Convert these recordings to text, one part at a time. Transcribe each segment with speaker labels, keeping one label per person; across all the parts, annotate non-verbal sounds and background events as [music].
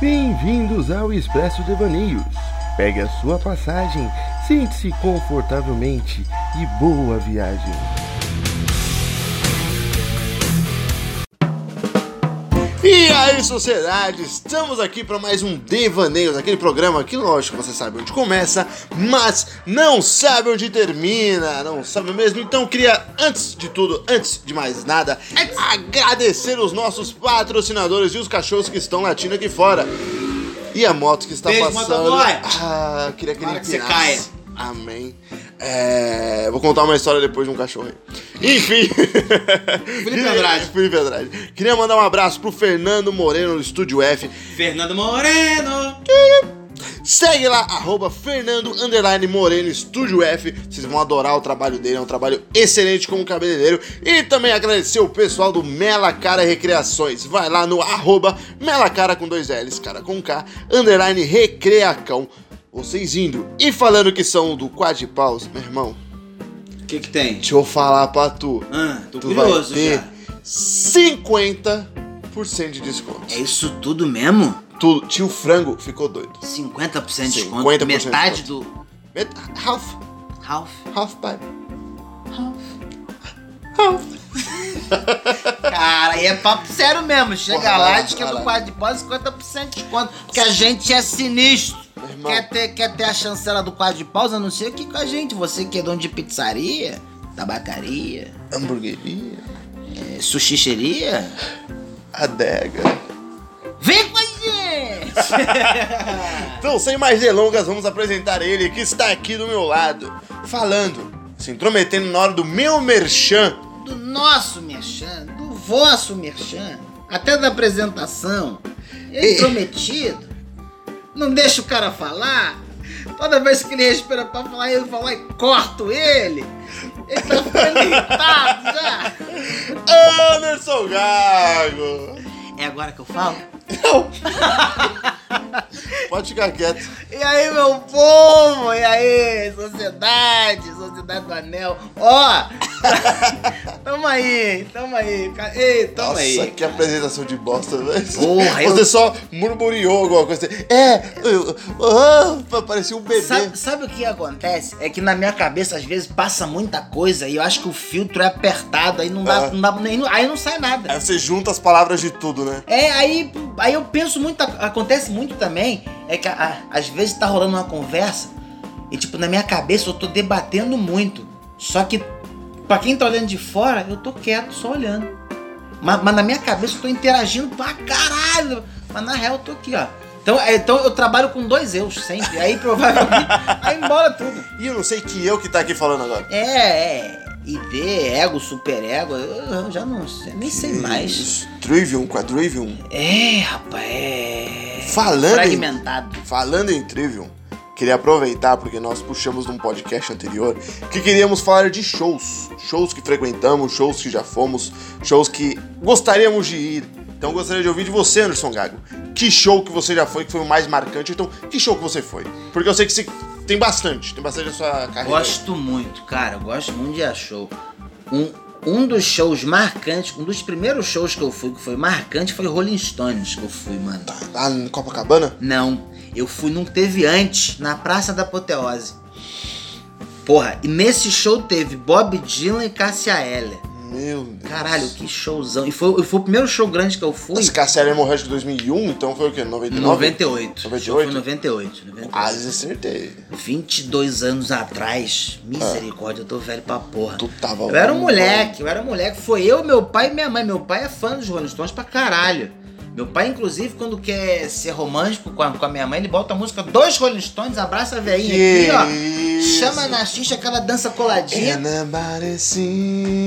Speaker 1: Bem-vindos ao Expresso Devaneios. Pegue a sua passagem, sente-se confortavelmente e boa viagem.
Speaker 2: E aí, sociedade, estamos aqui para mais um Devaneios, aquele programa que, lógico, você sabe onde começa, mas não sabe onde termina, não sabe mesmo? Então, queria, antes de tudo, antes de mais nada, agradecer os nossos patrocinadores e os cachorros que estão latindo aqui fora. E a moto que está
Speaker 3: Beijo,
Speaker 2: passando.
Speaker 3: motoboy!
Speaker 2: Ah, queria que ele
Speaker 3: Tomara que você
Speaker 2: empinasse. Amém. É, vou contar uma história depois de um cachorro aí. Enfim. Felipe
Speaker 3: Andrade.
Speaker 2: [laughs] Felipe Andrade. Queria mandar um abraço pro Fernando Moreno do Estúdio F.
Speaker 3: Fernando Moreno!
Speaker 2: Segue lá, arroba Fernando Underline Moreno Estúdio F. Vocês vão adorar o trabalho dele, é um trabalho excelente como cabeleireiro. E também agradecer o pessoal do Mela Cara Recreações. Vai lá no arroba Mela Cara com dois L's, cara com K, Underline Recreacão. Vocês indo e falando que são do Quad Paus, meu irmão,
Speaker 3: O que que tem?
Speaker 2: deixa eu falar pra tu.
Speaker 3: Ah, tô
Speaker 2: tu
Speaker 3: curioso
Speaker 2: vai ter
Speaker 3: já.
Speaker 2: 50% de desconto.
Speaker 3: É isso tudo mesmo?
Speaker 2: Tudo. Tio Frango ficou doido.
Speaker 3: 50% de desconto,
Speaker 2: 50% de
Speaker 3: metade do
Speaker 2: Met- Ralph,
Speaker 3: Ralph.
Speaker 2: Ralph Pipe.
Speaker 3: Cara, e é papo sério mesmo. Chega
Speaker 2: Porra,
Speaker 3: lá,
Speaker 2: vai
Speaker 3: diz que
Speaker 2: lá,
Speaker 3: do
Speaker 2: vai
Speaker 3: quadro de pós 50% de desconto. Porque a gente é sinistro.
Speaker 2: Meu irmão.
Speaker 3: Quer ter, quer ter a chancela do quadro de pós, anuncia aqui com a gente. Você que é dono de pizzaria, tabacaria,
Speaker 2: Hamburgueria,
Speaker 3: é, sushicheria,
Speaker 2: adega.
Speaker 3: vem com a gente!
Speaker 2: [laughs] Então, sem mais delongas, vamos apresentar ele que está aqui do meu lado, falando, se intrometendo na hora do meu merchan.
Speaker 3: do nosso merchan, do vosso merchan, até da apresentação, Ele é intrometido, não deixa o cara falar. Toda vez que ele respira pra falar, eu vou lá e corto ele. Ele tá ficando irritado já.
Speaker 2: Anderson Gago!
Speaker 3: É agora que eu falo?
Speaker 2: Não! Pode ficar quieto.
Speaker 3: E aí, meu povo? E aí, sociedade? Sociedade do Anel? [laughs] Ó! tamo aí, tamo aí. ca- Ei, tamo
Speaker 2: Nossa,
Speaker 3: aí.
Speaker 2: que apresentação de bosta, velho.
Speaker 3: Porra, eu-
Speaker 2: Você só murmuriou alguma coisa. assim. É, eu, ah, parecia um bebê.
Speaker 3: Sabe, sabe o que acontece? É que na minha cabeça, às vezes, passa muita coisa e eu acho que o filtro é apertado, aí não dá.
Speaker 2: Ah.
Speaker 3: Não dá nem- aí não sai nada.
Speaker 2: Aí você junta as palavras de tudo, né?
Speaker 3: É, aí, aí eu penso muito. Acontece muito também, é que a- a- às vezes tá rolando uma conversa e, tipo, na minha cabeça eu tô debatendo muito. Só que, pra quem tá olhando de fora, eu tô quieto, só olhando. Mas, mas na minha cabeça eu tô interagindo pra caralho. Mas na real eu tô aqui, ó. Então, é, então eu trabalho com dois eus sempre. Aí provavelmente. [laughs] aí embora tudo.
Speaker 2: E eu não sei que eu que tá aqui falando agora.
Speaker 3: É, é. ID, ego, superego, eu eu já não sei, nem sei mais.
Speaker 2: Trivium, quadrivium.
Speaker 3: É, rapaz, é.
Speaker 2: Falando
Speaker 3: Fragmentado.
Speaker 2: Em, falando em Trivium, queria aproveitar, porque nós puxamos num podcast anterior, que queríamos falar de shows. Shows que frequentamos, shows que já fomos, shows que gostaríamos de ir. Então gostaria de ouvir de você, Anderson Gago. Que show que você já foi, que foi o mais marcante? Então, que show que você foi? Porque eu sei que você tem bastante, tem bastante da sua carreira.
Speaker 3: Gosto muito, cara, eu gosto muito de show. Um, um dos shows marcantes, um dos primeiros shows que eu fui, que foi marcante, foi Rolling Stones que eu fui, mano.
Speaker 2: Lá em Copacabana?
Speaker 3: Não, eu fui num que teve antes, na Praça da Apoteose. Porra, e nesse show teve Bob Dylan e Cássia Eller.
Speaker 2: Meu Deus.
Speaker 3: Caralho, que showzão. E foi, e foi o primeiro show grande que eu fui.
Speaker 2: Esse Cassiano morreu acho que é em 2001, então foi o quê? 99?
Speaker 3: 98.
Speaker 2: 98?
Speaker 3: Foi 98. 98.
Speaker 2: Quase Ah, acertei.
Speaker 3: 22 anos atrás. Misericórdia, eu tô velho pra porra.
Speaker 2: Tu tava
Speaker 3: Eu era um
Speaker 2: bom,
Speaker 3: moleque, eu era um moleque. Foi eu, meu pai e minha mãe. Meu pai é fã dos Rolling Stones pra caralho. Meu pai, inclusive, quando quer ser romântico com a, com a minha mãe, ele bota a música Dois Rolling Stones, abraça a veinha aqui,
Speaker 2: Que
Speaker 3: ó.
Speaker 2: isso. É, né?
Speaker 3: Chama na xixa aquela dança coladinha.
Speaker 2: And Anybody
Speaker 3: Isso
Speaker 2: see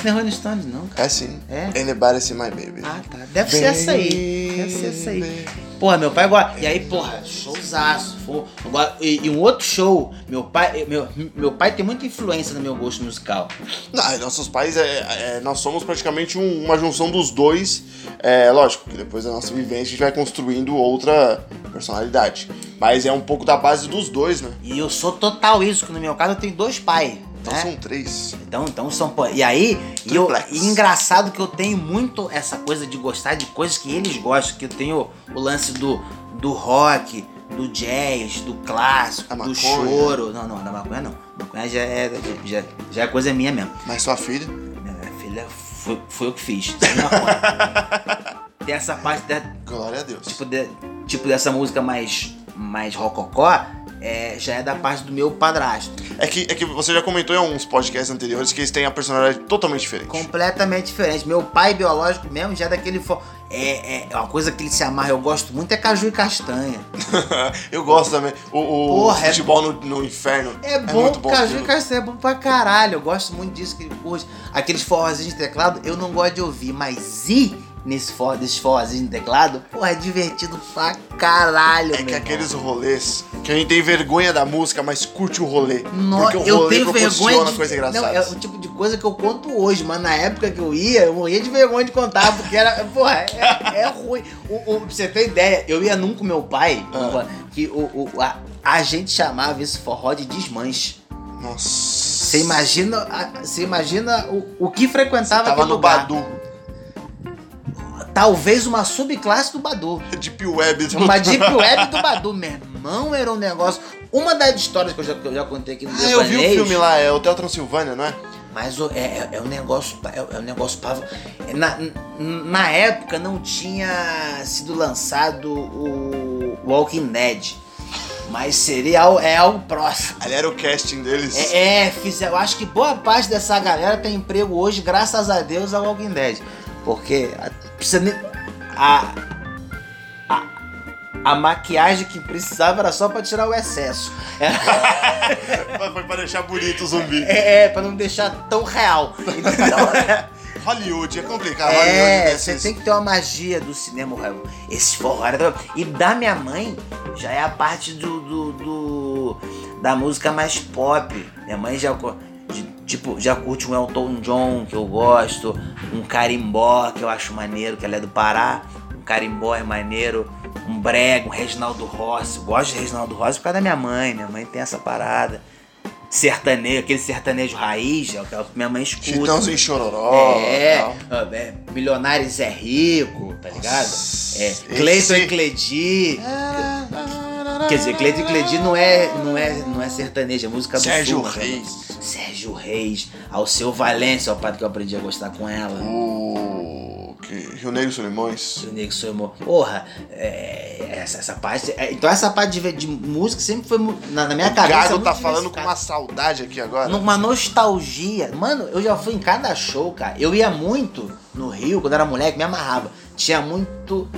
Speaker 2: my...
Speaker 3: não é Rolling Stones, não, cara.
Speaker 2: É sim.
Speaker 3: É?
Speaker 2: Anybody see my baby.
Speaker 3: Ah, tá. Deve ser essa aí. Deve ser essa aí. Porra, meu pai agora. E aí, porra, showzaço. Pô, agora, e, e um outro show. Meu pai, eh, meu, meu pai tem muita influência no meu gosto musical.
Speaker 2: Não, nossos pais, é, é, nós somos praticamente um- uma junção dos dois. É lógico que depois da nossa vivência a gente vai construindo outra personalidade. Mas é um pouco da base dos dois, né?
Speaker 3: E eu sou total isso, que no meu caso eu tenho dois pais.
Speaker 2: Então
Speaker 3: né?
Speaker 2: são três.
Speaker 3: Então, então são. pô, E aí, e eu,
Speaker 2: Triplex.
Speaker 3: e engraçado que eu tenho muito essa coisa de gostar de coisas que eles gostam, que eu tenho o lance do, do rock, do jazz, do clássico,
Speaker 2: Da
Speaker 3: do
Speaker 2: maconha.
Speaker 3: choro. Não, não, da maconha não. Maconha já é, já, já é coisa minha mesmo.
Speaker 2: Mas sua filha.
Speaker 3: Minha filha, fui, fui eu que fiz. sem
Speaker 2: [laughs]
Speaker 3: maconha. Tem essa parte da,
Speaker 2: Glória a Deus.
Speaker 3: tipo, de- tipo dessa música mais, mais rococó, é, já é da parte do meu padrasto.
Speaker 2: É que, é que você já comentou em alguns podcasts anteriores que eles têm a personalidade totalmente diferente.
Speaker 3: é Completamente diferente. Meu pai biológico mesmo já é daquele. Fo... É, é é uma coisa que ele se amarra, eu gosto muito, é caju e castanha.
Speaker 2: [laughs] Eu gosto também. O, o
Speaker 3: Porra, é-
Speaker 2: futebol no, no inferno.
Speaker 3: É bom,
Speaker 2: muito bom.
Speaker 3: caju e
Speaker 2: aquilo.
Speaker 3: castanha, é bom pra caralho. Eu gosto muito disso que ele curte. Aqueles forrozinhos de teclado, eu não gosto de ouvir, mas e nesse forro, desses forrozinhos de teclado, porra, é divertido pra caralho, meu
Speaker 2: É que
Speaker 3: irmão.
Speaker 2: aqueles rolês que a gente tem vergonha da música, mas curte o rolê.
Speaker 3: No-
Speaker 2: porque o rolê
Speaker 3: eu tenho
Speaker 2: proporciona
Speaker 3: vergonha de...
Speaker 2: coisa engraçada.
Speaker 3: Não, é o tipo de coisa que eu conto hoje, mas na época que eu ia, eu morria de vergonha de contar, porque era, porra, é, é ruim. O, o- pra você ter ideia, eu ia num com meu pai,
Speaker 2: Ah.
Speaker 3: que o, o- a, a gente chamava esse forró de desmanche.
Speaker 2: Nossa.
Speaker 3: Você imagina, a- você imagina o, o que frequentava
Speaker 2: Tava
Speaker 3: aquele
Speaker 2: no
Speaker 3: lugar.
Speaker 2: Badu,
Speaker 3: Talvez uma subclasse do Badu.
Speaker 2: Deep Web. do-
Speaker 3: Uma deep web do Badu. Meu irmão era um negócio... Uma das histórias que eu já, que eu já contei aqui no
Speaker 2: Ah, [laughs] eu vi o
Speaker 3: Devaneios-
Speaker 2: filme lá, é Hotel Transilvânia, não é?
Speaker 3: Mas o- é, é, é um negócio, pa- é, é um negócio pavo. é, Na, n- na época não tinha sido lançado o Walking Dead, mas seria al- é algo próximo.
Speaker 2: Ali era o casting deles.
Speaker 3: É, é fiz- eu acho que boa parte dessa galera tem emprego hoje, graças a Deus, ao Walking Dead. Porque a, precisa nem- a, a, a maquiagem que precisava era só pra tirar o excesso.
Speaker 2: [laughs] Foi pra deixar bonito o zumbi.
Speaker 3: É, [laughs] é pra não deixar tão real. Então,
Speaker 2: Hollywood, é complicado. Hollywood
Speaker 3: É, você
Speaker 2: desses-
Speaker 3: tem que ter uma magia do cinema, Raul. Esse forró era... da- E da minha mãe, já é a parte do, do- do- da música mais pop. Minha mãe já, co- de- tipo, já curte um Elton John, que eu gosto. Um Carimbó, que eu acho maneiro, que ela é do Pará. Um Carimbó é maneiro. Um Brega, um Reginaldo Rossi. Eu Gosto de Reginaldo Rossi por causa da minha mãe. Minha mãe tem essa parada. Sertanejo, aquele sertanejo raiz, é o que a minha mãe escuta.
Speaker 2: Chitãozinho e Chororó.
Speaker 3: É,
Speaker 2: tal.
Speaker 3: ah, é, Milionários é rico, tá ligado? É,
Speaker 2: Esse-
Speaker 3: Cleiton e Cledi. Quer dizer, Cleiton e Cledi não é, não é, não é sertaneja, é música do
Speaker 2: Sérgio
Speaker 3: sul, mas é-
Speaker 2: Reis.
Speaker 3: Sérgio Reis, Alceu Valença, é o padre que eu aprendi a gostar com ela.
Speaker 2: O. que- Rio Negro e Solimões.
Speaker 3: O Nego Soimô. Porra, é, essa, essa parte. é, então, essa parte de, de música sempre foi. mu- Na, na minha
Speaker 2: O
Speaker 3: cabeça. é
Speaker 2: Gago
Speaker 3: muito
Speaker 2: tá falando com
Speaker 3: diversificada.
Speaker 2: uma saudade aqui agora.
Speaker 3: Numa nostalgia. Mano, eu já fui em cada show, cara. Eu ia muito no Rio, quando era moleque, me amarrava. Tinha muito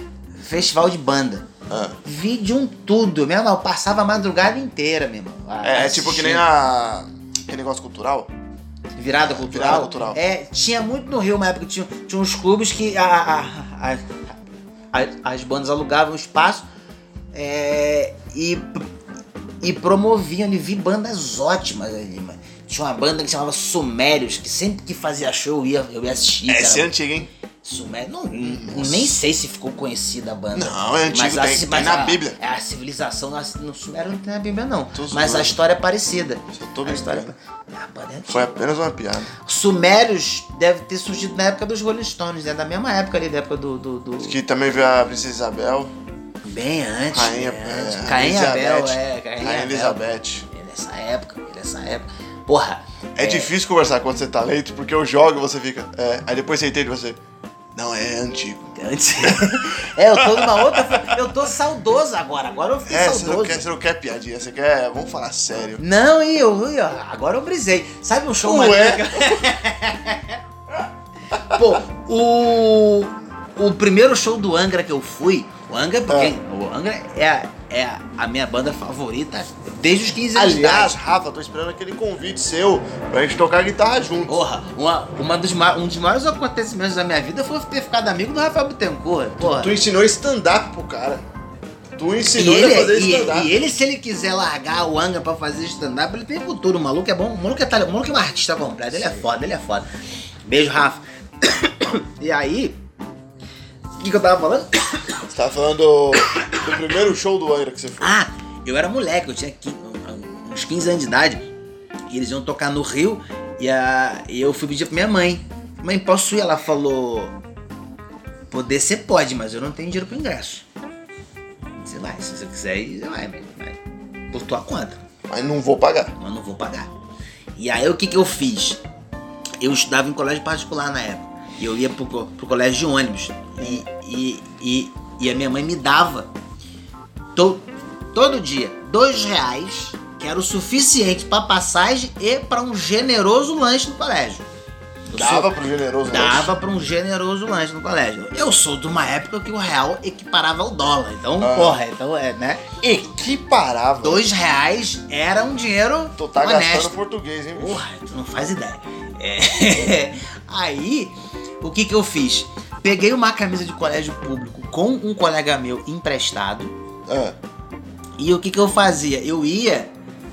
Speaker 3: festival de banda.
Speaker 2: Ah.
Speaker 3: Vi de um tudo, mesmo. Eu passava a madrugada inteira, meu irmão. a-
Speaker 2: É, é
Speaker 3: assistindo.
Speaker 2: tipo que nem a. Que negócio cultural?
Speaker 3: Virada cultural.
Speaker 2: Virada cultural.
Speaker 3: É, tinha muito no Rio, uma época tinha, tinha uns clubes que a, a- a- a- as bandas alugavam espaço é, e, e promoviam. E vi bandas ótimas ali, mano. Tinha uma banda que chamava Sumérios, que sempre que fazia show eu ia, eu ia assistir. cara.
Speaker 2: Essa é antiga, hein?
Speaker 3: Sumérios. Não, nem sei se ficou conhecida a banda.
Speaker 2: Não, é antigo,
Speaker 3: a
Speaker 2: tem-
Speaker 3: ci-
Speaker 2: tem na
Speaker 3: a- é,
Speaker 2: Bíblia.
Speaker 3: A civilização nas- no Sumério não tem na Bíblia, não.
Speaker 2: Tô
Speaker 3: Mas a
Speaker 2: zoando.
Speaker 3: história é parecida.
Speaker 2: Só tô
Speaker 3: a história é
Speaker 2: brincando.
Speaker 3: pa- Ah, banda é antiga.
Speaker 2: Foi apenas uma piada.
Speaker 3: Sumérios deve ter surgido na época dos Rolling Stones, né? Da mesma época ali, da época do. do, do-
Speaker 2: Que também veio a Princesa Isabel.
Speaker 3: Bem antes.
Speaker 2: Rainha.
Speaker 3: bem antes.
Speaker 2: é,
Speaker 3: Caim e Abel,
Speaker 2: Elizabeth.
Speaker 3: é. Caim e
Speaker 2: Rainha
Speaker 3: Abel.
Speaker 2: Elizabeth.
Speaker 3: Ele é Nessa época, ele é nessa época. Porra.
Speaker 2: É, difícil conversar quando você tá lento, porque eu jogo e você fica. É, aí depois você entende você. Não, é antigo.
Speaker 3: Antes. [laughs] é, eu tô numa outra. Eu tô saudoso agora. Agora eu fiquei
Speaker 2: É, você não,
Speaker 3: saudoso.
Speaker 2: quer, você não quer piadinha, você quer. Vamos falar sério.
Speaker 3: Não, e eu, e eu- agora eu brisei. Sabe um show
Speaker 2: Ué?
Speaker 3: maneiro? Pô, o o primeiro show do Angra que eu fui, o Angra,
Speaker 2: Ah.
Speaker 3: é. porque- o Angra é a, é a- a minha banda favorita desde os 15 anos de
Speaker 2: Aliás,
Speaker 3: idade.
Speaker 2: Rafa, tô esperando aquele convite seu pra gente tocar guitarra junto.
Speaker 3: Porra, uma, uma dos, ma- um dos maiores acontecimentos da minha vida foi ter ficado amigo do Rafael Bittencourt. Porra.
Speaker 2: Tu ensinou stand-up pro cara. Tu
Speaker 3: E
Speaker 2: ensinou ele a fazer
Speaker 3: ele, é- e-
Speaker 2: stand-up.
Speaker 3: e ele, se ele quiser largar o Angra pra fazer stand-up, ele tem futuro. O maluco é bom. O maluco é, talento, o maluco é um artista completo. Ele é foda, ele é foda. Beijo, Rafa. [coughs] E aí. O que, que eu tava falando? é-
Speaker 2: Você tá falando do, do primeiro show do Angra que você foi.
Speaker 3: um, Ah, eu era moleque, eu tinha quin- uns 15 anos de idade. E eles iam tocar no Rio e, a, e eu fui pedir pra minha mãe. Mãe, posso ir? Ela falou. Poder você pode, mas eu não tenho dinheiro pro ingresso. Sei lá, se você quiser ir, você vai, mas- mas por tua conta.
Speaker 2: Mas não vou pagar.
Speaker 3: Mas não vou pagar. E aí o que, que eu fiz? Eu estudava em colégio particular na época. E eu ia pro, co- pro colégio de ônibus. E, e, e, e a minha mãe me dava to- todo dia dois reais, que era o suficiente pra passagem e pra um generoso lanche no colégio. Eu sou-
Speaker 2: Dava pro generoso. né?
Speaker 3: Dava pra um generoso lanche no colégio. Eu sou de uma época que o real equiparava ao dólar. Então,
Speaker 2: Ah.
Speaker 3: porra, então é, né?
Speaker 2: Equiparável.
Speaker 3: Dois reais era um dinheiro
Speaker 2: Tu tá
Speaker 3: honesto.
Speaker 2: gastando português, hein, bicho?
Speaker 3: Porra, tu não faz ideia. É. [laughs] Aí, o que que eu fiz? Peguei uma camisa de colégio público com um colega meu emprestado.
Speaker 2: Ah,
Speaker 3: E o que que eu fazia? Eu ia,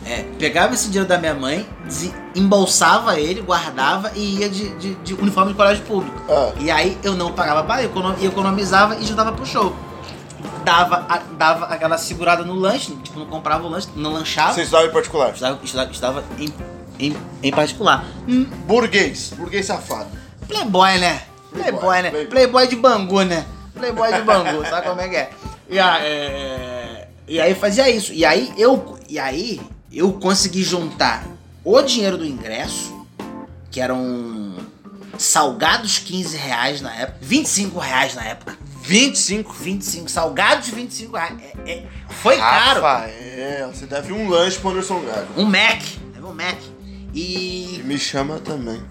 Speaker 3: é, pegava esse dinheiro da minha mãe, desi- embolsava ele, guardava e ia de, de- de uniforme de colégio público.
Speaker 2: ah.
Speaker 3: E aí eu não pagava bar, eu econo- eu economizava e juntava pro show. Dava, a- dava aquela segurada no lanche, tipo, não comprava o lanche, não lanchava.
Speaker 2: Você estudava em particular.
Speaker 3: Estudava, estudava- estudava em, em, em particular. Hum,
Speaker 2: Burguês. Burguês safado.
Speaker 3: Playboy, né?
Speaker 2: Playboy,
Speaker 3: Playboy, né?
Speaker 2: Playboy.
Speaker 3: Playboy. de Bangu, né? Playboy de Bangu, sabe como é que é? E, a- é, e aí fazia isso. E aí eu, e aí eu consegui juntar o dinheiro do ingresso, que eram salgados 15 reais na época, 25 reais na época.
Speaker 2: 25.
Speaker 3: 25, salgados 25 reais. É- é- foi caro.
Speaker 2: Rafael, você deve um lanche pro Anderson Gago.
Speaker 3: Um Mac, teve um Mac.
Speaker 2: E
Speaker 3: E
Speaker 2: me chama também.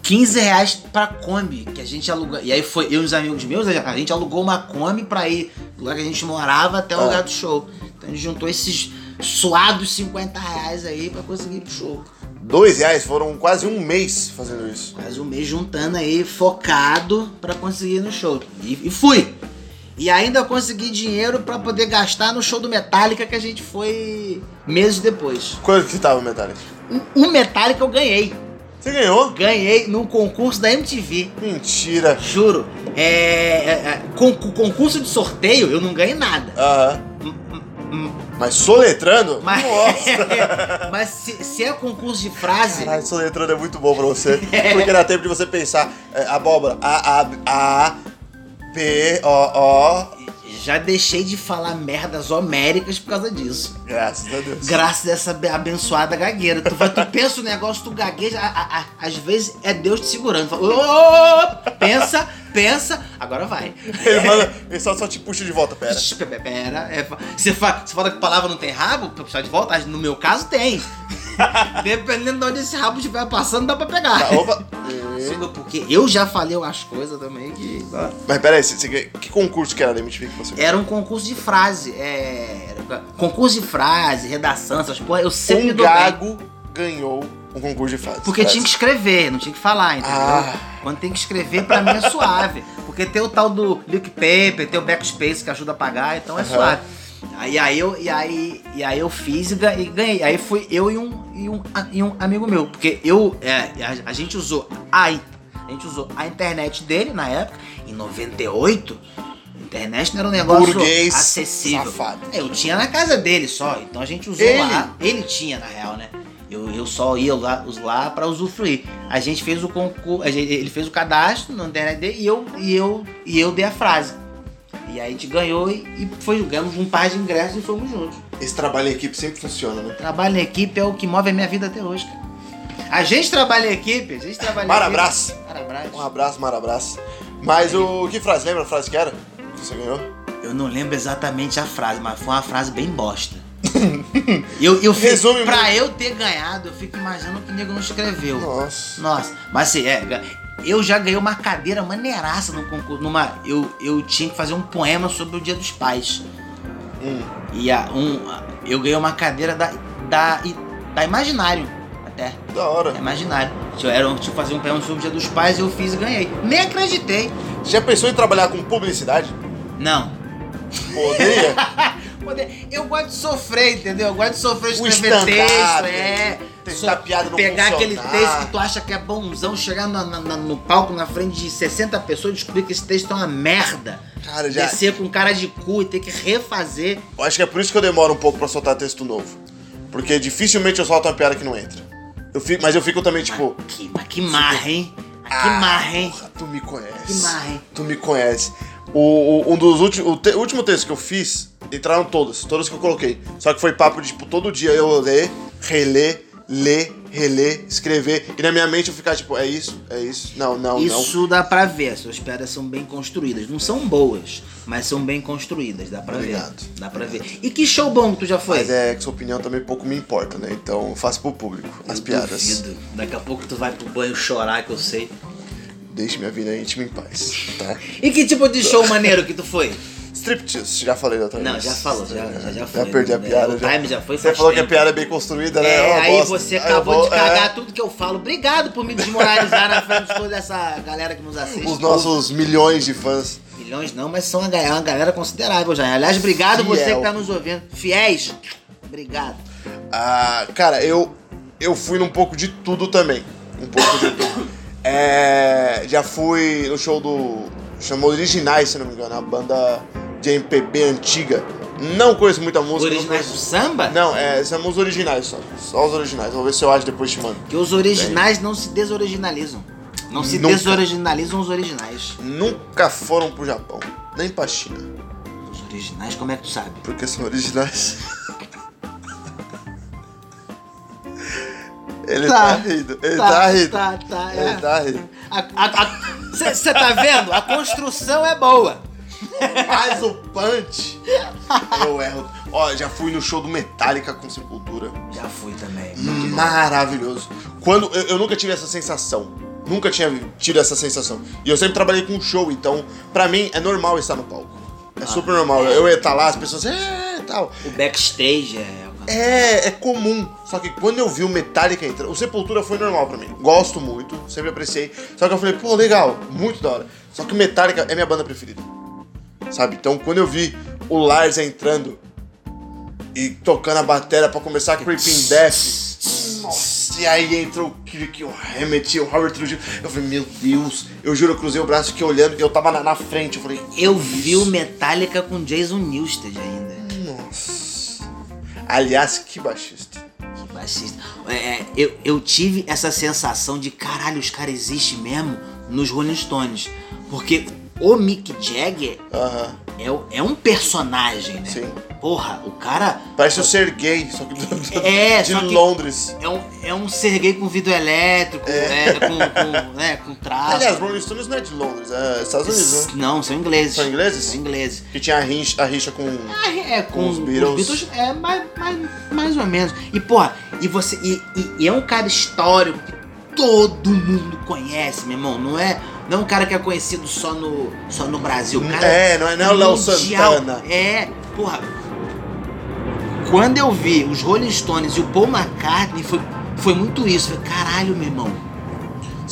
Speaker 3: 15 reais pra Kombi, que a gente alugou. E aí foi eu e os amigos meus, né, a gente alugou uma Kombi pra ir do lugar que a gente morava até o
Speaker 2: Ah.
Speaker 3: lugar do show. Então a gente juntou esses suados 50 reais aí pra conseguir ir pro show.
Speaker 2: Dois reais, foram quase um mês fazendo isso.
Speaker 3: Quase um mês juntando aí, focado pra conseguir ir no show. E, e fui! E ainda consegui dinheiro pra poder gastar no show do Metallica que a gente foi meses depois.
Speaker 2: Quanto que tava o Metallica?
Speaker 3: O, o Metallica eu ganhei.
Speaker 2: Você ganhou?
Speaker 3: Ganhei num concurso da MTV.
Speaker 2: Mentira.
Speaker 3: Juro. É, é, é, con- con- concurso de sorteio, eu não ganhei nada.
Speaker 2: Aham. Mas soletrando?
Speaker 3: Mas,
Speaker 2: Nossa.
Speaker 3: [laughs] mas se, se é concurso de frase,
Speaker 2: Caralho, soletrando é muito bom pra você. Porque dá tempo de você pensar. É, abóbora. A, A, A, P, O, O.
Speaker 3: já deixei de falar merdas homéricas por causa disso.
Speaker 2: Graças a Deus.
Speaker 3: Graças a essa be- abençoada gagueira. Tu, vai- tu pensa o negócio, tu gagueja. a- a- a- às vezes é Deus te segurando. Fala, "Ô, ô, ô, pensa, pensa, agora vai.
Speaker 2: Ele, manda, ele só, só te puxa de volta, pera.
Speaker 3: Shhh, [laughs] Pera. é fa- você, fa- você fala que palavra não tem rabo pra puxar de volta? Ah, No meu caso,
Speaker 2: [laughs]
Speaker 3: tem. Dependendo de onde esse rabo estiver passando, dá pra pegar.
Speaker 2: Tá, opa.
Speaker 3: Siga, Porque eu já falei umas coisas também que.
Speaker 2: Mas peraí, você, você, que concurso que era da MTV que você
Speaker 3: Era um concurso de frase. É... era Concurso de frase, redação, essas porra. Eu sempre me
Speaker 2: um
Speaker 3: dou bem.
Speaker 2: gago ganhou um concurso de frases.
Speaker 3: Porque tinha que escrever, não tinha que falar, entendeu?
Speaker 2: Ah.
Speaker 3: Quando tem que escrever, pra mim é suave. Porque tem o tal do leak paper, tem o backspace que ajuda a pagar, então é
Speaker 2: Aham.
Speaker 3: suave. Aí, aí, eu, e, aí, e aí eu fiz e ga- e ganhei. Aí fui eu e um, e um, a- e um amigo meu. Porque eu. é, a, a gente usou a, in- a gente usou a internet dele na época, em 98. A internet não era um negócio
Speaker 2: Burguês
Speaker 3: acessível.
Speaker 2: safado.
Speaker 3: É, Eu tinha na casa dele só, então a gente usou
Speaker 2: Ele?
Speaker 3: lá. Ele tinha, na real, né? Eu, eu só ia lá, us- lá pra usufruir. A gente fez o concurso. Ele fez o cadastro na internet dele e eu, e eu, e eu dei a frase. E aí a gente ganhou e, e foi, ganhamos um par de ingressos e fomos juntos.
Speaker 2: Esse trabalho em equipe sempre funciona, né?
Speaker 3: Trabalho em equipe é o que move a minha vida até hoje, cara. A gente trabalha em equipe, a gente trabalha em equipe.
Speaker 2: Marabras.
Speaker 3: Marabras.
Speaker 2: Um abraço, marabraço. Mas o que frase? Lembra a frase que era? Que você ganhou?
Speaker 3: Eu não lembro exatamente a frase, mas foi uma frase bem
Speaker 2: [laughs]
Speaker 3: bosta. eu, eu fico-
Speaker 2: Resume
Speaker 3: pra
Speaker 2: muito.
Speaker 3: eu ter ganhado, eu fico imaginando que o nego não escreveu.
Speaker 2: Nossa.
Speaker 3: Nossa, mas assim, é, ga- eu já ganhei uma cadeira maneiraça no concurso. Numa, eu, eu tinha que fazer um poema sobre o Dia dos Pais.
Speaker 2: Hum.
Speaker 3: E a, um, a- eu ganhei uma cadeira da, da, i- da Imaginário, até.
Speaker 2: Da hora.
Speaker 3: Da Imaginário. Eu era, tinha que fazer um poema sobre o Dia dos Pais, eu fiz e ganhei. Nem acreditei.
Speaker 2: Já pensou em trabalhar com publicidade?
Speaker 3: Não.
Speaker 2: Poderia?
Speaker 3: [laughs] Poder- Eu gosto de sofrer, entendeu? Eu gosto de sofrer,
Speaker 2: O
Speaker 3: escrever texto,
Speaker 2: stand-up,
Speaker 3: é.
Speaker 2: tentar piada não
Speaker 3: pegar
Speaker 2: funcionar.
Speaker 3: aquele texto que tu acha que é bonzão, chegar na- na- na- no palco na frente de 60 pessoas e descobrir que esse texto é uma merda.
Speaker 2: [laughs] Cara, já.
Speaker 3: Descer com cara de cu e ter que refazer.
Speaker 2: Eu acho que é por isso que eu demoro um pouco pra soltar texto novo. Porque dificilmente eu solto uma piada que não entra. Eu fico, mas eu fico também, tipo.
Speaker 3: Que, mas que marra, hein? Ah, que
Speaker 2: "Ah,
Speaker 3: marra, hein?
Speaker 2: porra, tu me conhece.
Speaker 3: Que marra, hein?"
Speaker 2: Tu me conhece. O, o- um dos últimos. O, te- o último texto que eu fiz, entraram todas, todas que eu coloquei. Só que foi papo de, tipo, todo dia eu ler, reler, ler, reler, escrever. E na minha mente eu ficar, tipo, é isso, é isso. Não, não, não.
Speaker 3: Isso é. dá pra ver, suas pedras são bem construídas. Não são boas, mas são bem construídas, dá pra
Speaker 2: Obrigado.
Speaker 3: ver. Dá pra ver. E que show bom que tu já foi?
Speaker 2: Mas é que sua opinião também pouco me importa, né? Então eu faço pro público
Speaker 3: Eu
Speaker 2: as piadas.
Speaker 3: duvido. Daqui a pouco tu vai pro banho chorar, que eu sei.
Speaker 2: Deixe minha vida íntima em paz, tá?
Speaker 3: E que tipo de show maneiro que tu foi?
Speaker 2: Striptease, já falei da outra
Speaker 3: Não,
Speaker 2: vez.
Speaker 3: já falou, já- já- já
Speaker 2: Já
Speaker 3: falei,
Speaker 2: perdi a
Speaker 3: né?
Speaker 2: piada.
Speaker 3: O time já foi
Speaker 2: Você
Speaker 3: faz
Speaker 2: falou que a
Speaker 3: tempo.
Speaker 2: piada [laughs] é bem construída, né?
Speaker 3: É,
Speaker 2: uma
Speaker 3: aí
Speaker 2: bosta.
Speaker 3: você
Speaker 2: eu
Speaker 3: acabou
Speaker 2: vou-
Speaker 3: de cagar
Speaker 2: é,
Speaker 3: tudo que eu falo. Obrigado por me desmoralizar na frente de toda essa galera que nos assiste.
Speaker 2: Os nossos milhões de fãs.
Speaker 3: Milhões não, mas são uma ga- é uma galera considerável já. Aliás, obrigado
Speaker 2: Fiel.
Speaker 3: você que tá nos ouvindo. Fiéis, obrigado.
Speaker 2: Ah, cara, eu, eu fui num pouco de tudo também. Um pouco de tudo. É, já fui no show do. Chamou Originais, se não me engano, a banda de MPB antiga. Não conheço muita música. não
Speaker 3: Originais do
Speaker 2: conheço-
Speaker 3: samba?
Speaker 2: Não, é, são os originais só. Só os originais. Vou ver se eu acho depois te mando.
Speaker 3: Que os originais não se desoriginalizam. Não se
Speaker 2: Nunca.
Speaker 3: desoriginalizam os originais.
Speaker 2: Nunca foram pro Japão, nem pra China,
Speaker 3: Os originais, como é que tu sabe?
Speaker 2: porque são originais. Ele tá, rindo, ele tá, rindo.
Speaker 3: Tá, tá,
Speaker 2: Ele
Speaker 3: é.
Speaker 2: tá rindo.
Speaker 3: Você tá vendo? A construção é boa.
Speaker 2: Mas o punch, eu erro. Ó, já fui no show do Metallica com Sepultura.
Speaker 3: Já fui também.
Speaker 2: Maravilhoso. Quando eu, eu nunca tive essa sensação. Nunca tinha tido essa sensação. E eu sempre trabalhei com show, então pra mim é normal estar no palco. É super normal. Eu ia estar lá, as pessoas, é, tal.
Speaker 3: O backstage é.
Speaker 2: É, é comum. Só que quando eu vi o Metallica entrar, o Sepultura foi normal pra mim. Gosto muito, sempre apreciei. Só que eu falei, pô, legal, muito da hora. Só que o Metallica é minha banda preferida. Sabe? Então quando eu vi o Lars entrando e tocando a bateria pra começar a Creeping Death. Nossa, e aí entrou o Kirk, o Hammett, o Howard Trujillo. Eu falei, meu Deus, eu juro, eu cruzei o braço fiquei olhando e eu tava na, na frente. Eu falei,
Speaker 3: Eu vi o Metallica com Jason Newsted ainda.
Speaker 2: nossa. Aliás, que baixista.
Speaker 3: Que baixista. É, é, eu, eu tive essa sensação de caralho, os caras existem mesmo nos Rolling Stones. Porque o Mick Jagger
Speaker 2: Aham,
Speaker 3: é, o- é um personagem, né?
Speaker 2: sim.
Speaker 3: Porra, o cara
Speaker 2: Parece o Serguei, só que do-
Speaker 3: [laughs] É,
Speaker 2: de
Speaker 3: só que-
Speaker 2: Londres.
Speaker 3: é um, é um Serguei com vidro elétrico, é, com, com, né, com traço.
Speaker 2: Aliás, Rolling Stones não é de Londres, é Estados Unidos, né?
Speaker 3: Não, são ingleses.
Speaker 2: São ingleses?
Speaker 3: São ingleses.
Speaker 2: Que tinha a rincha, a rincha com.
Speaker 3: Ah, é, com,
Speaker 2: Com os Beatles.
Speaker 3: é, mais, mais, mais ou menos. E, porra, e você. E, e- e é um cara histórico que todo mundo conhece, meu irmão. Não é, não é um cara que é conhecido só no, só no Brasil. O cara
Speaker 2: É, não é, não é o Léo
Speaker 3: mundial.
Speaker 2: Santana.
Speaker 3: É, porra. Quando eu vi os Rolling Stones e o Paul McCartney, foi, foi muito isso. Falei, caralho, meu irmão.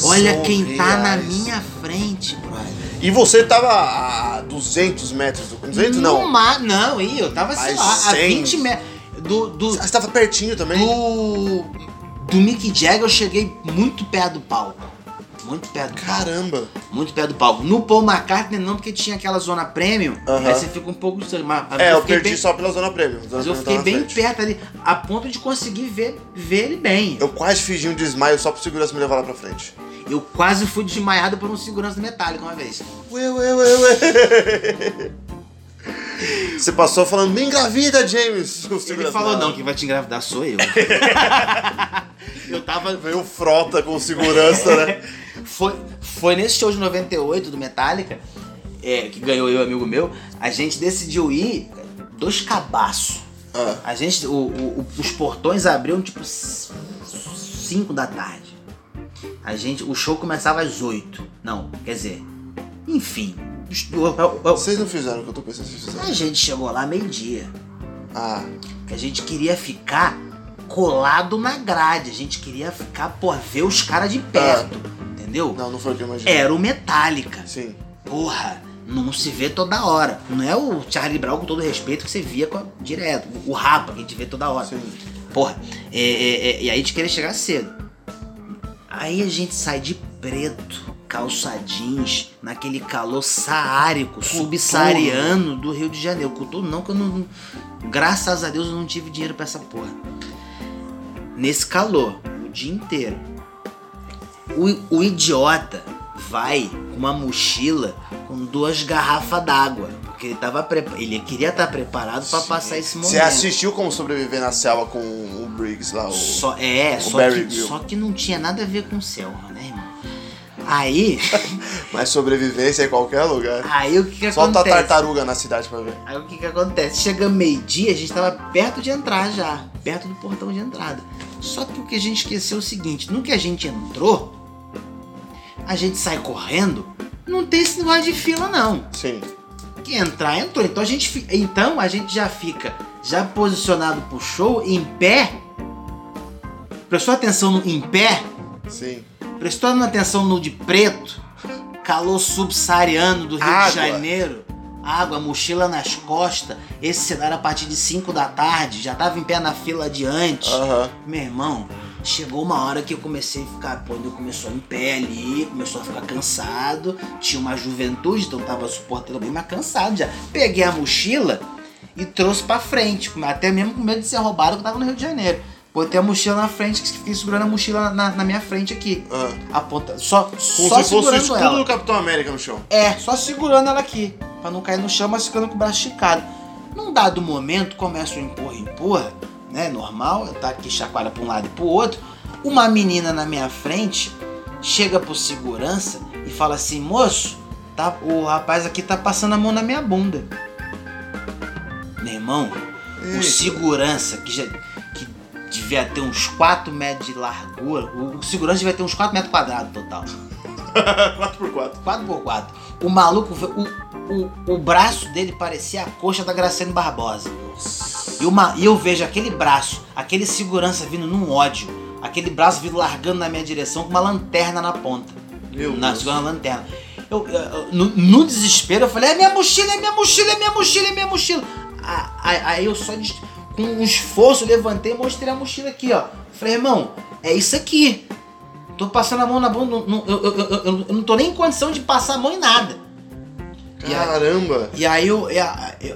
Speaker 3: Olha
Speaker 2: São
Speaker 3: quem tá na
Speaker 2: reais.
Speaker 3: minha frente, brother.
Speaker 2: E você tava a 200 metros do. 200
Speaker 3: No
Speaker 2: não.
Speaker 3: mar- não, e eu tava, sei
Speaker 2: Mas
Speaker 3: lá, a
Speaker 2: 100.
Speaker 3: 20 metros. Do, do,
Speaker 2: Você tava pertinho também.
Speaker 3: do, do Mick Jagger eu cheguei muito perto do palco. Muito perto do palco.
Speaker 2: Caramba.
Speaker 3: Muito perto do palco. No Paul McCartney não, porque tinha aquela zona premium.
Speaker 2: Aham.
Speaker 3: Aí você fica um pouco... estranho, Mas, mas
Speaker 2: É, eu
Speaker 3: fiquei
Speaker 2: perdi
Speaker 3: bem-
Speaker 2: só pela Zona Premium. Zona
Speaker 3: Mas eu
Speaker 2: Premium
Speaker 3: fiquei
Speaker 2: tava na
Speaker 3: bem
Speaker 2: frente.
Speaker 3: perto ali, a ponto de conseguir ver, ver ele bem. Eu,
Speaker 2: Eu quase fingi um desmaio só pro segurança me levar lá pra frente.
Speaker 3: quase fui desmaiado por um segurança metálico uma vez.
Speaker 2: Ué, ué, ué, ué. [laughs] Você passou falando, me engravida, James. [laughs] O
Speaker 3: Ele
Speaker 2: segurança
Speaker 3: falou,
Speaker 2: lá.
Speaker 3: não, quem vai te engravidar sou eu. [laughs] eu tava... um
Speaker 2: Veio frota com segurança, né?
Speaker 3: Foi, foi nesse show de 98 do Metallica, é, que ganhou eu e um amigo meu, a gente decidiu ir dos cabaços.
Speaker 2: Ah.
Speaker 3: A gente, o- o- o- os portões abriam tipo 5 da tarde. A gente, o show começava às 8. Não, quer dizer, enfim. os- o- o- o-
Speaker 2: Vocês não fizeram o que eu tô pensando que vocês fizeram.
Speaker 3: A gente chegou lá meio-dia.
Speaker 2: Ah,
Speaker 3: que a gente queria ficar colado na grade. A gente queria ficar, pô, ver os caras de perto. Entendeu?
Speaker 2: não, não foi o que eu imaginei.
Speaker 3: Era o Metallica.
Speaker 2: Sim.
Speaker 3: Porra, não se vê toda hora. Não é o Charlie Brown, com todo respeito, que você via com a- direto. O Rapa, que a gente vê toda hora.
Speaker 2: Sim.
Speaker 3: Porra, é, é, é, e aí a gente queria chegar cedo. Aí a gente sai de preto, calça jeans, naquele calor saárico, subsaariano do Rio de Janeiro. Cultura não, que eu não. Graças a Deus eu não tive dinheiro pra essa porra. Nesse calor, o dia inteiro. O, o idiota vai com uma mochila com duas garrafas d'água. Porque ele, tava prepa- ele queria estar preparado pra passar esse momento.
Speaker 2: Você assistiu como sobreviver na selva com o Briggs lá? O...
Speaker 3: Só, é,
Speaker 2: O
Speaker 3: só
Speaker 2: Barry
Speaker 3: que,
Speaker 2: Gill.
Speaker 3: só que não tinha nada a ver com o céu, né, irmão?
Speaker 2: [laughs]
Speaker 3: Aí,
Speaker 2: Mas sobrevivência em qualquer lugar.
Speaker 3: aí o que, que
Speaker 2: Solta a
Speaker 3: acontece?
Speaker 2: tartaruga na cidade pra ver.
Speaker 3: Aí o que que acontece? Chega meio-dia, a gente tava perto de entrar já, perto do portão de entrada. Só que o que a gente esqueceu é o seguinte: no que a gente entrou, a gente sai correndo, não tem esse negócio de fila, não.
Speaker 2: Sim.
Speaker 3: Quem entrar, entrou. Então a gente, fi- então a gente já fica já posicionado pro show, em pé. Prestou atenção no em pé?
Speaker 2: Sim.
Speaker 3: Prestou atenção no de preto, calor subsaariano do Rio
Speaker 2: Água.
Speaker 3: de Janeiro, água, mochila nas costas, esse cenário a partir de 5 da tarde, já tava em pé na fila adiante.
Speaker 2: Aham.
Speaker 3: Meu irmão, chegou uma hora que eu comecei a ficar, pô, eu começou em pé ali, começou a ficar cansado, tinha uma juventude, então tava suportando bem, mas cansado já. Peguei a mochila e trouxe pra frente, com- até mesmo com medo de ser roubado, que eu tava no Rio de Janeiro. Botei a mochila na frente, que fiquei segurando a mochila na, na minha frente aqui.
Speaker 2: Ah.
Speaker 3: A ponta, só, só
Speaker 2: Como se fosse o
Speaker 3: segurando
Speaker 2: escudo
Speaker 3: ela.
Speaker 2: do Capitão América no chão. [laughs]
Speaker 3: É, só segurando ela aqui, pra não cair no chão, mas ficando com o braço esticado. Num dado momento, começa o empurra, empurra, né? Normal, tá aqui chacoalha pra um lado e pro outro. Uma menina na minha frente chega pro segurança e fala assim: moço, tá, o rapaz aqui tá passando a mão na minha bunda. Meu irmão, o segurança que já. que devia ter uns 4 metros de largura, o o segurança devia ter uns 4 metros quadrados total.
Speaker 2: 4x4.
Speaker 3: 4x4. O maluco, ve- o, o, o braço dele parecia a coxa da Graciane Barbosa. E, uma, e eu vejo aquele braço, aquele segurança vindo num ódio, aquele braço vindo largando na minha direção com uma lanterna na ponta.
Speaker 2: Meu
Speaker 3: na,
Speaker 2: Deus.
Speaker 3: segurando a lanterna. Eu, eu- eu- no, no desespero, eu falei: é minha mochila, é minha mochila, é minha mochila, é minha mochila. A- a- Aí eu só, des- com um esforço, levantei e mostrei a mochila aqui, ó. Falei, irmão, é isso aqui. Tô passando a mão na bunda, não- não- eu, eu- eu- eu- eu não tô nem em condição de passar a mão em nada. E aí-
Speaker 2: Caramba.
Speaker 3: E aí eu, eu,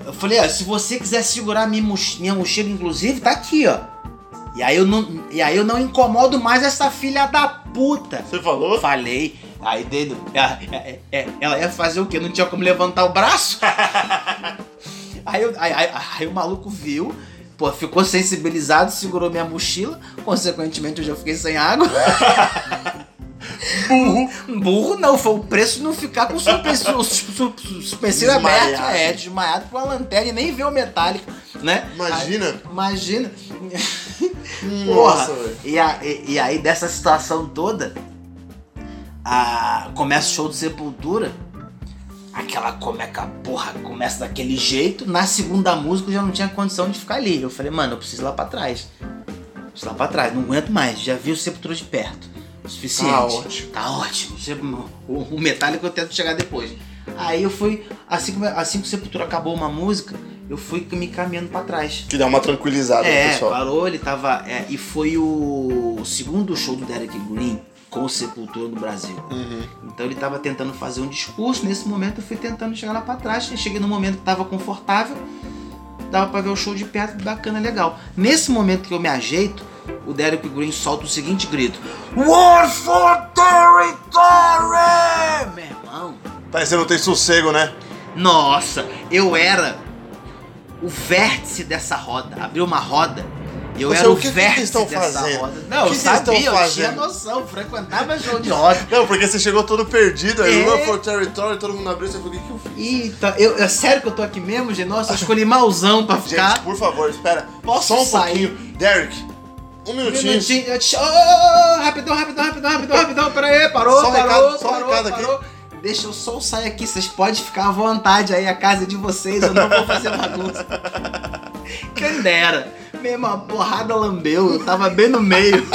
Speaker 3: eu falei, ó, se você quiser segurar minha, moch- minha mochila, inclusive, tá aqui, ó. E aí eu não, e aí eu não incomodo mais essa filha da puta.
Speaker 2: Você falou?
Speaker 3: Falei, aí dele, ela, ela- ela ia fazer o quê? Não tinha como levantar o braço? [laughs] aí, eu- aí- aí- aí o maluco viu, pô, ficou sensibilizado, segurou minha mochila, consequentemente eu já fiquei sem
Speaker 2: [laughs]
Speaker 3: água. Burro. Burro não, foi o preço de não ficar com o suspensivo, su- suspensivo aberto,
Speaker 2: Desmaiado.
Speaker 3: é, desmaiado com a lanterna e nem ver o metálico, né?
Speaker 2: Imagina.
Speaker 3: Aí- imagina. Porra,
Speaker 2: Nossa, velho.
Speaker 3: e, a- e- e aí dessa situação toda, a- começa o show do Sepultura, aquela comeca porra começa daquele jeito, na segunda música eu já não tinha condição de ficar ali. Eu falei, mano, eu preciso ir lá pra trás. Preciso ir lá pra trás, não aguento mais, já vi o Sepultura de perto. O suficiente.
Speaker 2: Tá ótimo.
Speaker 3: Tá ótimo. Você- O, o metálico eu tento chegar depois. Aí eu fui, assim que, assim que o Sepultura acabou uma música, eu fui me caminhando pra trás.
Speaker 2: Que dá uma tranquilizada no
Speaker 3: É,
Speaker 2: pessoal.
Speaker 3: parou, ele tava. é, e foi o, segundo show do Derek Green com o Sepultura no Brasil.
Speaker 2: Uhum.
Speaker 3: Então ele tava tentando fazer um discurso, nesse momento eu fui tentando chegar lá pra trás, e cheguei no momento que tava confortável, dava pra ver o show de perto, bacana, legal. Nesse momento que eu me ajeito, o Derek Green solta o seguinte grito: War for Territory! Meu irmão.
Speaker 2: Parece que não tem sossego, né?
Speaker 3: Nossa, eu era o vértice dessa roda. Abriu uma roda. Eu
Speaker 2: Você,
Speaker 3: era
Speaker 2: o
Speaker 3: o,
Speaker 2: que que vocês
Speaker 3: vértice
Speaker 2: estão
Speaker 3: dessa
Speaker 2: fazendo?
Speaker 3: roda.
Speaker 2: O
Speaker 3: Não,
Speaker 2: que
Speaker 3: eu
Speaker 2: vocês estão
Speaker 3: sabia, eu tinha
Speaker 2: fazendo?
Speaker 3: noção, frequentava show de roda.
Speaker 2: Não, porque você chegou todo perdido aí,
Speaker 3: É.
Speaker 2: Run for Territory, todo mundo abriu, você falou, o que que eu fiz?
Speaker 3: Eita, eu, é sério que eu tô aqui mesmo, gente? Nossa, eu escolhi malzão pra
Speaker 2: Gente,
Speaker 3: ficar.
Speaker 2: por favor, espera.
Speaker 3: Posso
Speaker 2: Só um
Speaker 3: sair?
Speaker 2: pouquinho. Derek, um
Speaker 3: Um
Speaker 2: minutinho.
Speaker 3: minutinho, eu te- Ô, ô, ô, ô, rapidão, rapidão, rapidão, rapidão, rapidão, pera aí, parou,
Speaker 2: Só um
Speaker 3: parou,
Speaker 2: recado, só um
Speaker 3: parou,
Speaker 2: recado aqui.
Speaker 3: parou. Deixa eu só sair aqui, vocês podem ficar à vontade aí, a casa é de vocês, eu não vou fazer
Speaker 2: [laughs]
Speaker 3: bagunça. Quem dera. Mesmo a porrada lambeu, eu tava bem no
Speaker 2: [laughs]
Speaker 3: meio.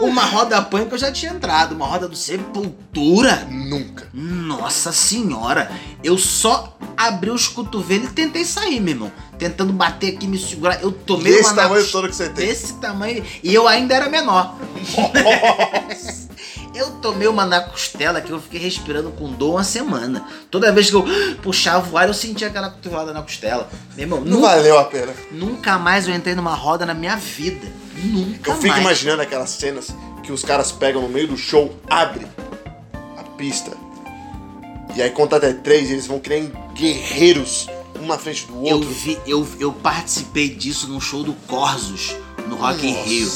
Speaker 3: Uma roda punk eu já tinha entrado, uma roda do Sepultura.
Speaker 2: Nunca.
Speaker 3: Nossa senhora, eu só abri os cotovelos e tentei sair, meu irmão. Tentando bater aqui, me segurar. Eu tomei
Speaker 2: Desse
Speaker 3: uma na-
Speaker 2: tamanho todo que você tem.
Speaker 3: Desse tamanho. E eu ainda era menor. eu tomei uma na costela que eu fiquei respirando com dor uma semana. Toda vez que eu puxava o ar, eu sentia aquela cotovelada na costela. Meu irmão,
Speaker 2: Não
Speaker 3: nunca,
Speaker 2: valeu a pena.
Speaker 3: nunca mais eu entrei numa roda na minha vida. Nunca
Speaker 2: Eu fico
Speaker 3: mais.
Speaker 2: imaginando aquelas cenas que os caras pegam no meio do show, abre a pista. E aí conta até três e eles vão criando guerreiros, um na frente do
Speaker 3: Eu,
Speaker 2: outro.
Speaker 3: vi, eu, eu participei disso num show do Corzos, no Rock in
Speaker 2: Nossa.
Speaker 3: Rio.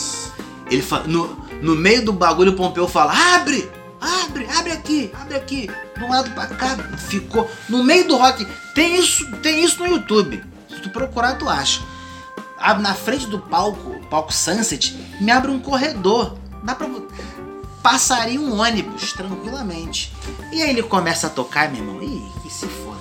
Speaker 3: Ele fa- no, no meio do bagulho, o Pompeu fala: abre! Abre, abre aqui, abre aqui, de um lado pra cá, ficou. No meio do rock. Tem isso, tem isso no YouTube. Se tu procurar, tu acha. Ah, Na frente do palco, palco Sunset, me abre um corredor. Dá pra. vo- Passaria um ônibus tranquilamente. E aí ele começa a tocar, meu irmão. Ih, que se foda.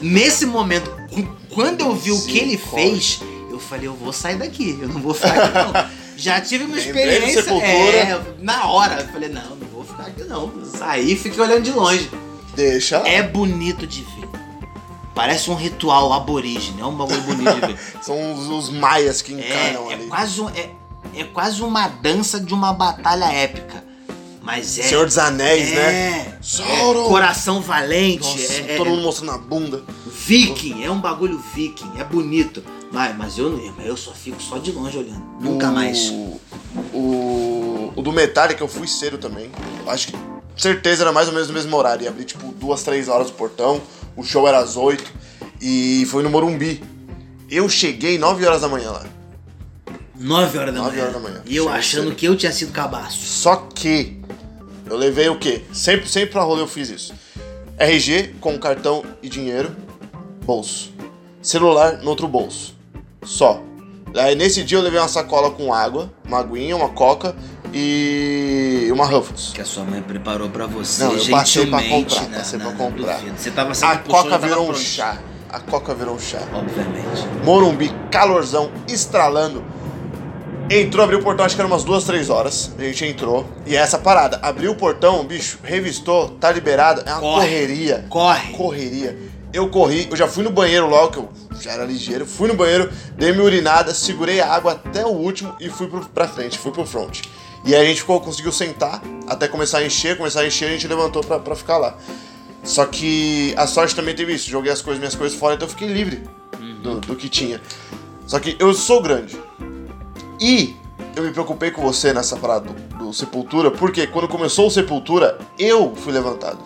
Speaker 3: Nesse momento, cu- quando eu vi o que ele
Speaker 2: Misericórdia.
Speaker 3: fez, eu falei, eu vou sair daqui, eu não vou ficar aqui não.
Speaker 2: [laughs]
Speaker 3: Já tive uma
Speaker 2: Lembrei do
Speaker 3: experiência
Speaker 2: Sepultura.
Speaker 3: é, na hora. Eu falei, não, não vou ficar aqui não. Eu Saí e fiquei olhando de longe.
Speaker 2: Deixa lá.
Speaker 3: É bonito de ver. Parece um ritual aborígene, é um bagulho bonito de
Speaker 2: [laughs]
Speaker 3: ver.
Speaker 2: São os, os maias que encaram
Speaker 3: É, é
Speaker 2: ali.
Speaker 3: quase, um- é, é quase uma dança de uma batalha épica. Mas é.
Speaker 2: Senhor dos Anéis, né?
Speaker 3: é,
Speaker 2: Sauron.
Speaker 3: é coração valente,
Speaker 2: Nossa,
Speaker 3: é, é-
Speaker 2: todo mundo mostrando a bunda.
Speaker 3: Viking, é um bagulho viking, é bonito. Mas, mas eu, não- eu só fico só de longe olhando. Nunca
Speaker 2: O-
Speaker 3: mais.
Speaker 2: O, o do Metallica eu fui cedo também. Acho que certeza era mais ou menos no mesmo horário. Ia abrir tipo duas, três horas o portão. O show era às oito. E foi no Morumbi. Eu cheguei nove horas da manhã lá.
Speaker 3: 9 horas da
Speaker 2: Nove
Speaker 3: manhã.
Speaker 2: horas da manhã.
Speaker 3: E eu
Speaker 2: Chega
Speaker 3: achando
Speaker 2: cedo.
Speaker 3: que eu tinha sido cabaço.
Speaker 2: Só que eu levei o quê? Sempre, sempre pra rolê eu fiz isso. RG com cartão e dinheiro, bolso. Celular no outro bolso. Só. Aí nesse dia eu levei uma sacola com água, uma aguinha, uma coca e uma Ruffles.
Speaker 3: Que a sua mãe preparou pra você,
Speaker 2: Não, eu passei pra
Speaker 3: gentilmente,
Speaker 2: comprar,
Speaker 3: né?
Speaker 2: passei
Speaker 3: Não,
Speaker 2: pra
Speaker 3: não
Speaker 2: comprar.
Speaker 3: duvido. Você tava sendo
Speaker 2: A
Speaker 3: impulsionado,
Speaker 2: coca
Speaker 3: tava
Speaker 2: virou um
Speaker 3: pronto.
Speaker 2: chá. A coca virou um chá.
Speaker 3: Obviamente.
Speaker 2: Morumbi, calorzão, estralando. Entrou, abriu o portão, acho que era umas duas, três horas. A gente entrou. E é essa parada. Abriu o portão, bicho, revistou, tá liberado. É uma
Speaker 3: Corre.
Speaker 2: correria.
Speaker 3: Corre.
Speaker 2: Correria. Eu corri, eu já fui no banheiro logo, que eu já era ligeiro. Fui no banheiro, dei minha urinada, segurei a água até o último e fui pro, pra frente, fui pro front. E aí a gente ficou, conseguiu sentar até começar a encher, começar a encher, a gente levantou pra, pra ficar lá. Só que a sorte também teve isso. Joguei as coisas, minhas coisas fora, então eu fiquei livre do, do que tinha. Só que eu sou grande. E eu me preocupei com você nessa parada do, do Sepultura, porque quando começou o Sepultura, eu fui levantado.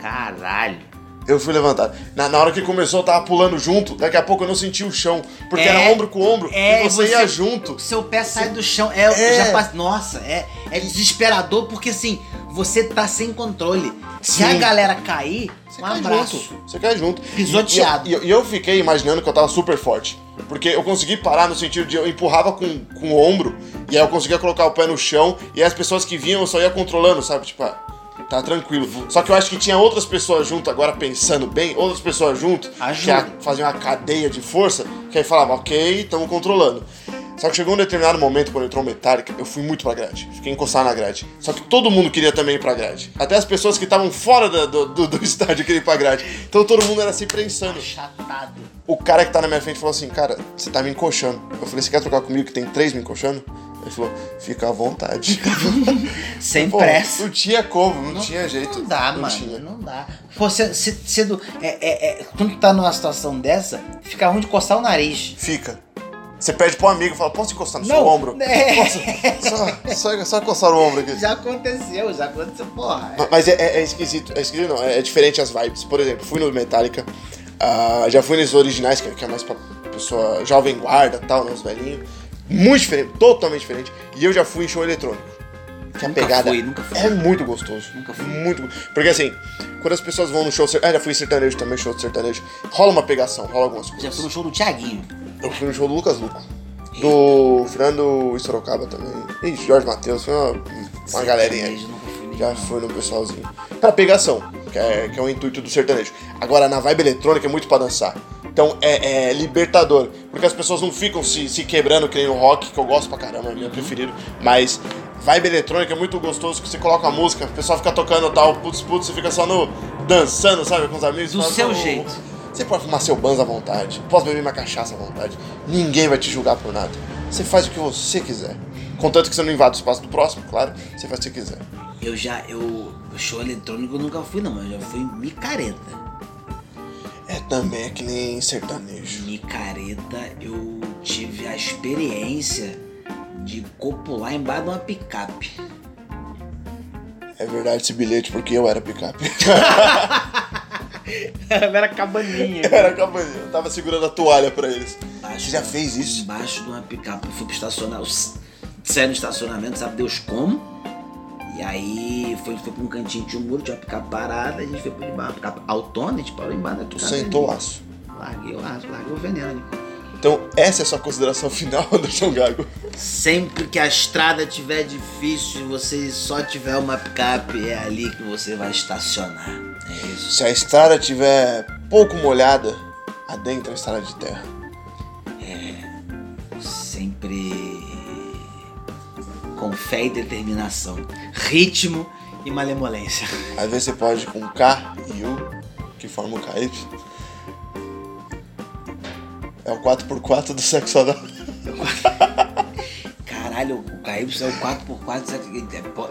Speaker 3: Caralho.
Speaker 2: Eu fui levantado. Na, na hora que começou, eu tava pulando junto. Daqui a pouco eu não senti o chão. Porque
Speaker 3: É,
Speaker 2: era ombro com ombro.
Speaker 3: é,
Speaker 2: e você,
Speaker 3: você-
Speaker 2: ia junto.
Speaker 3: Seu pé sai do chão. É, eu
Speaker 2: É.
Speaker 3: já passe- Nossa, é, é desesperador porque assim, você tá sem controle. Se
Speaker 2: Sim.
Speaker 3: a galera cair,
Speaker 2: Você
Speaker 3: um
Speaker 2: cai
Speaker 3: abraço.
Speaker 2: junto. Você cai junto.
Speaker 3: Pisoteado.
Speaker 2: E, e- e eu fiquei imaginando que eu tava super forte. Porque eu consegui parar no sentido de eu empurrava com, com o ombro. E aí eu conseguia colocar o pé no chão. E aí as pessoas que vinham eu só ia controlando, sabe? Tipo, ah, tá tranquilo. Só que eu acho que tinha outras pessoas junto agora pensando bem. Outras pessoas junto. Que
Speaker 3: Ajuda.
Speaker 2: a- faziam uma cadeia de força. Que aí falava, ok, estamos controlando. Só que chegou um determinado momento, quando entrou o Metallica, eu fui muito pra grade. Fiquei encostado na grade. Só que todo mundo queria também ir pra grade. Até as pessoas que estavam fora da- do, do, do [laughs] estádio queriam ir pra grade. Então todo mundo era se prensando.
Speaker 3: Achatado.
Speaker 2: O cara que tá na minha frente falou assim, cara, você tá me encoxando. Eu falei, você quer trocar comigo que tem três me encoxando? Ele falou, fica à vontade.
Speaker 3: Sem
Speaker 2: [laughs] Pô,
Speaker 3: pressa.
Speaker 2: Não tinha como, não, tinha jeito.
Speaker 3: Não dá,
Speaker 2: não
Speaker 3: mano.
Speaker 2: Tinha.
Speaker 3: Não dá. Pô, se, se, se do- é- é- é, quando tu tá numa situação dessa, fica ruim de coçar o nariz.
Speaker 2: Fica. Você pede pro amigo, fala, posso encostar no
Speaker 3: Não,
Speaker 2: seu ombro? [laughs]
Speaker 3: é.
Speaker 2: Posso? Só, só, só encostar no ombro aqui.
Speaker 3: Já aconteceu, já aconteceu, porra.
Speaker 2: Ma- Mas é, é- é esquisito, é esquisito não, é, é diferente as vibes. Por exemplo, fui no Metallica, ah, já fui nesses originais, que, é- que é mais pra pessoa jovem guarda e tal, né, os velhinhos. Muito diferente, totalmente diferente. E eu já fui em show eletrônico. Que a
Speaker 3: Nunca
Speaker 2: pegada
Speaker 3: fui, nunca fui.
Speaker 2: é muito gostoso.
Speaker 3: Nunca fui.
Speaker 2: Muito go- Porque assim, quando as pessoas vão no show... ser- Ah, já fui em sertanejo também, show de sertanejo. Rola uma pegação, rola algumas coisas.
Speaker 3: Já fui no show do Thiaguinho.
Speaker 2: Eu fui no show do Lucas Luco. Do Fernando Sorocaba também. E Jorge Matheus, foi uma, uma galerinha aí.
Speaker 3: Sertanejo, nunca fui nem
Speaker 2: Já
Speaker 3: não.
Speaker 2: foi no pessoalzinho. Pra pegação, que é, que é o intuito do sertanejo. Agora, na vibe eletrônica é muito pra dançar. Então é, é libertador. Porque as pessoas não ficam se, se quebrando que nem o rock, que eu gosto pra caramba, é
Speaker 3: Uhum.
Speaker 2: meu preferido. Mas vibe eletrônica é muito gostoso, que você coloca a música, o pessoal fica tocando tal, putz, putz, você fica só no dançando, sabe, com os amigos.
Speaker 3: Do
Speaker 2: Fala,
Speaker 3: seu
Speaker 2: "Pô,
Speaker 3: jeito."
Speaker 2: Você pode fumar seu banzo à vontade, posso beber minha cachaça à vontade. Ninguém vai te julgar por nada. Você faz o que você quiser. Contanto que você não invada o espaço do próximo, claro, você faz o que você quiser.
Speaker 3: Eu já, eu. Show eletrônico eu nunca fui, não, mas eu já fui em micareta.
Speaker 2: É também é que nem sertanejo.
Speaker 3: Micareta, eu tive a experiência de copular embaixo de uma picape.
Speaker 2: É verdade esse bilhete porque eu era picape. [laughs]
Speaker 3: Ela [laughs] era cabaninha.
Speaker 2: Eu era cabaninha. Eu tava segurando a toalha pra eles. Ah,
Speaker 3: Embaixo
Speaker 2: Você já fez isso?
Speaker 3: Embaixo de uma picape. Eu fui pro estacionamento. Saí no estacionamento, sabe Deus como? E aí foi, foi pra um cantinho, tinha um muro, tinha uma picape parada, a gente foi por debaixo, uma picape autona, a gente parou embaixo da
Speaker 2: Tu
Speaker 3: picape.
Speaker 2: sentou o aço.
Speaker 3: Larguei o aço, larguei o veneno. né?
Speaker 2: Então, essa é a sua consideração [laughs] final, Anderson Gago.
Speaker 3: Sempre que a estrada tiver difícil e você só tiver uma picape, é ali que você vai estacionar. É isso.
Speaker 2: Se a estrada tiver pouco molhada, adentra a estrada de terra.
Speaker 3: Sempre com fé e determinação, ritmo e malemolência.
Speaker 2: Às vezes você pode com K e U, que forma o KY. É o 4x4 do sexo anal.
Speaker 3: Caralho, o KY é o 4x4. sabe? É po-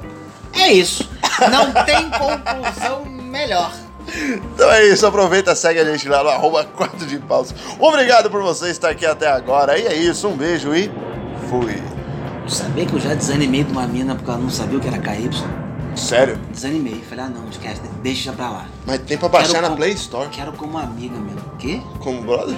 Speaker 3: É isso. Não tem conclusão melhor.
Speaker 2: Então é isso, aproveita, segue a gente lá no arroba 4 de paus. Obrigado por você estar aqui até agora. E é isso, um beijo e fui.
Speaker 3: Saber que eu já desanimei de uma mina porque ela não sabia o que era KY?
Speaker 2: Sério?
Speaker 3: Desanimei. Falei, ah não, esquece, deixa pra lá.
Speaker 2: Mas tem pra baixar
Speaker 3: Quero
Speaker 2: na
Speaker 3: com-
Speaker 2: Play Store
Speaker 3: Quero como amiga mesmo. O quê?
Speaker 2: como brother?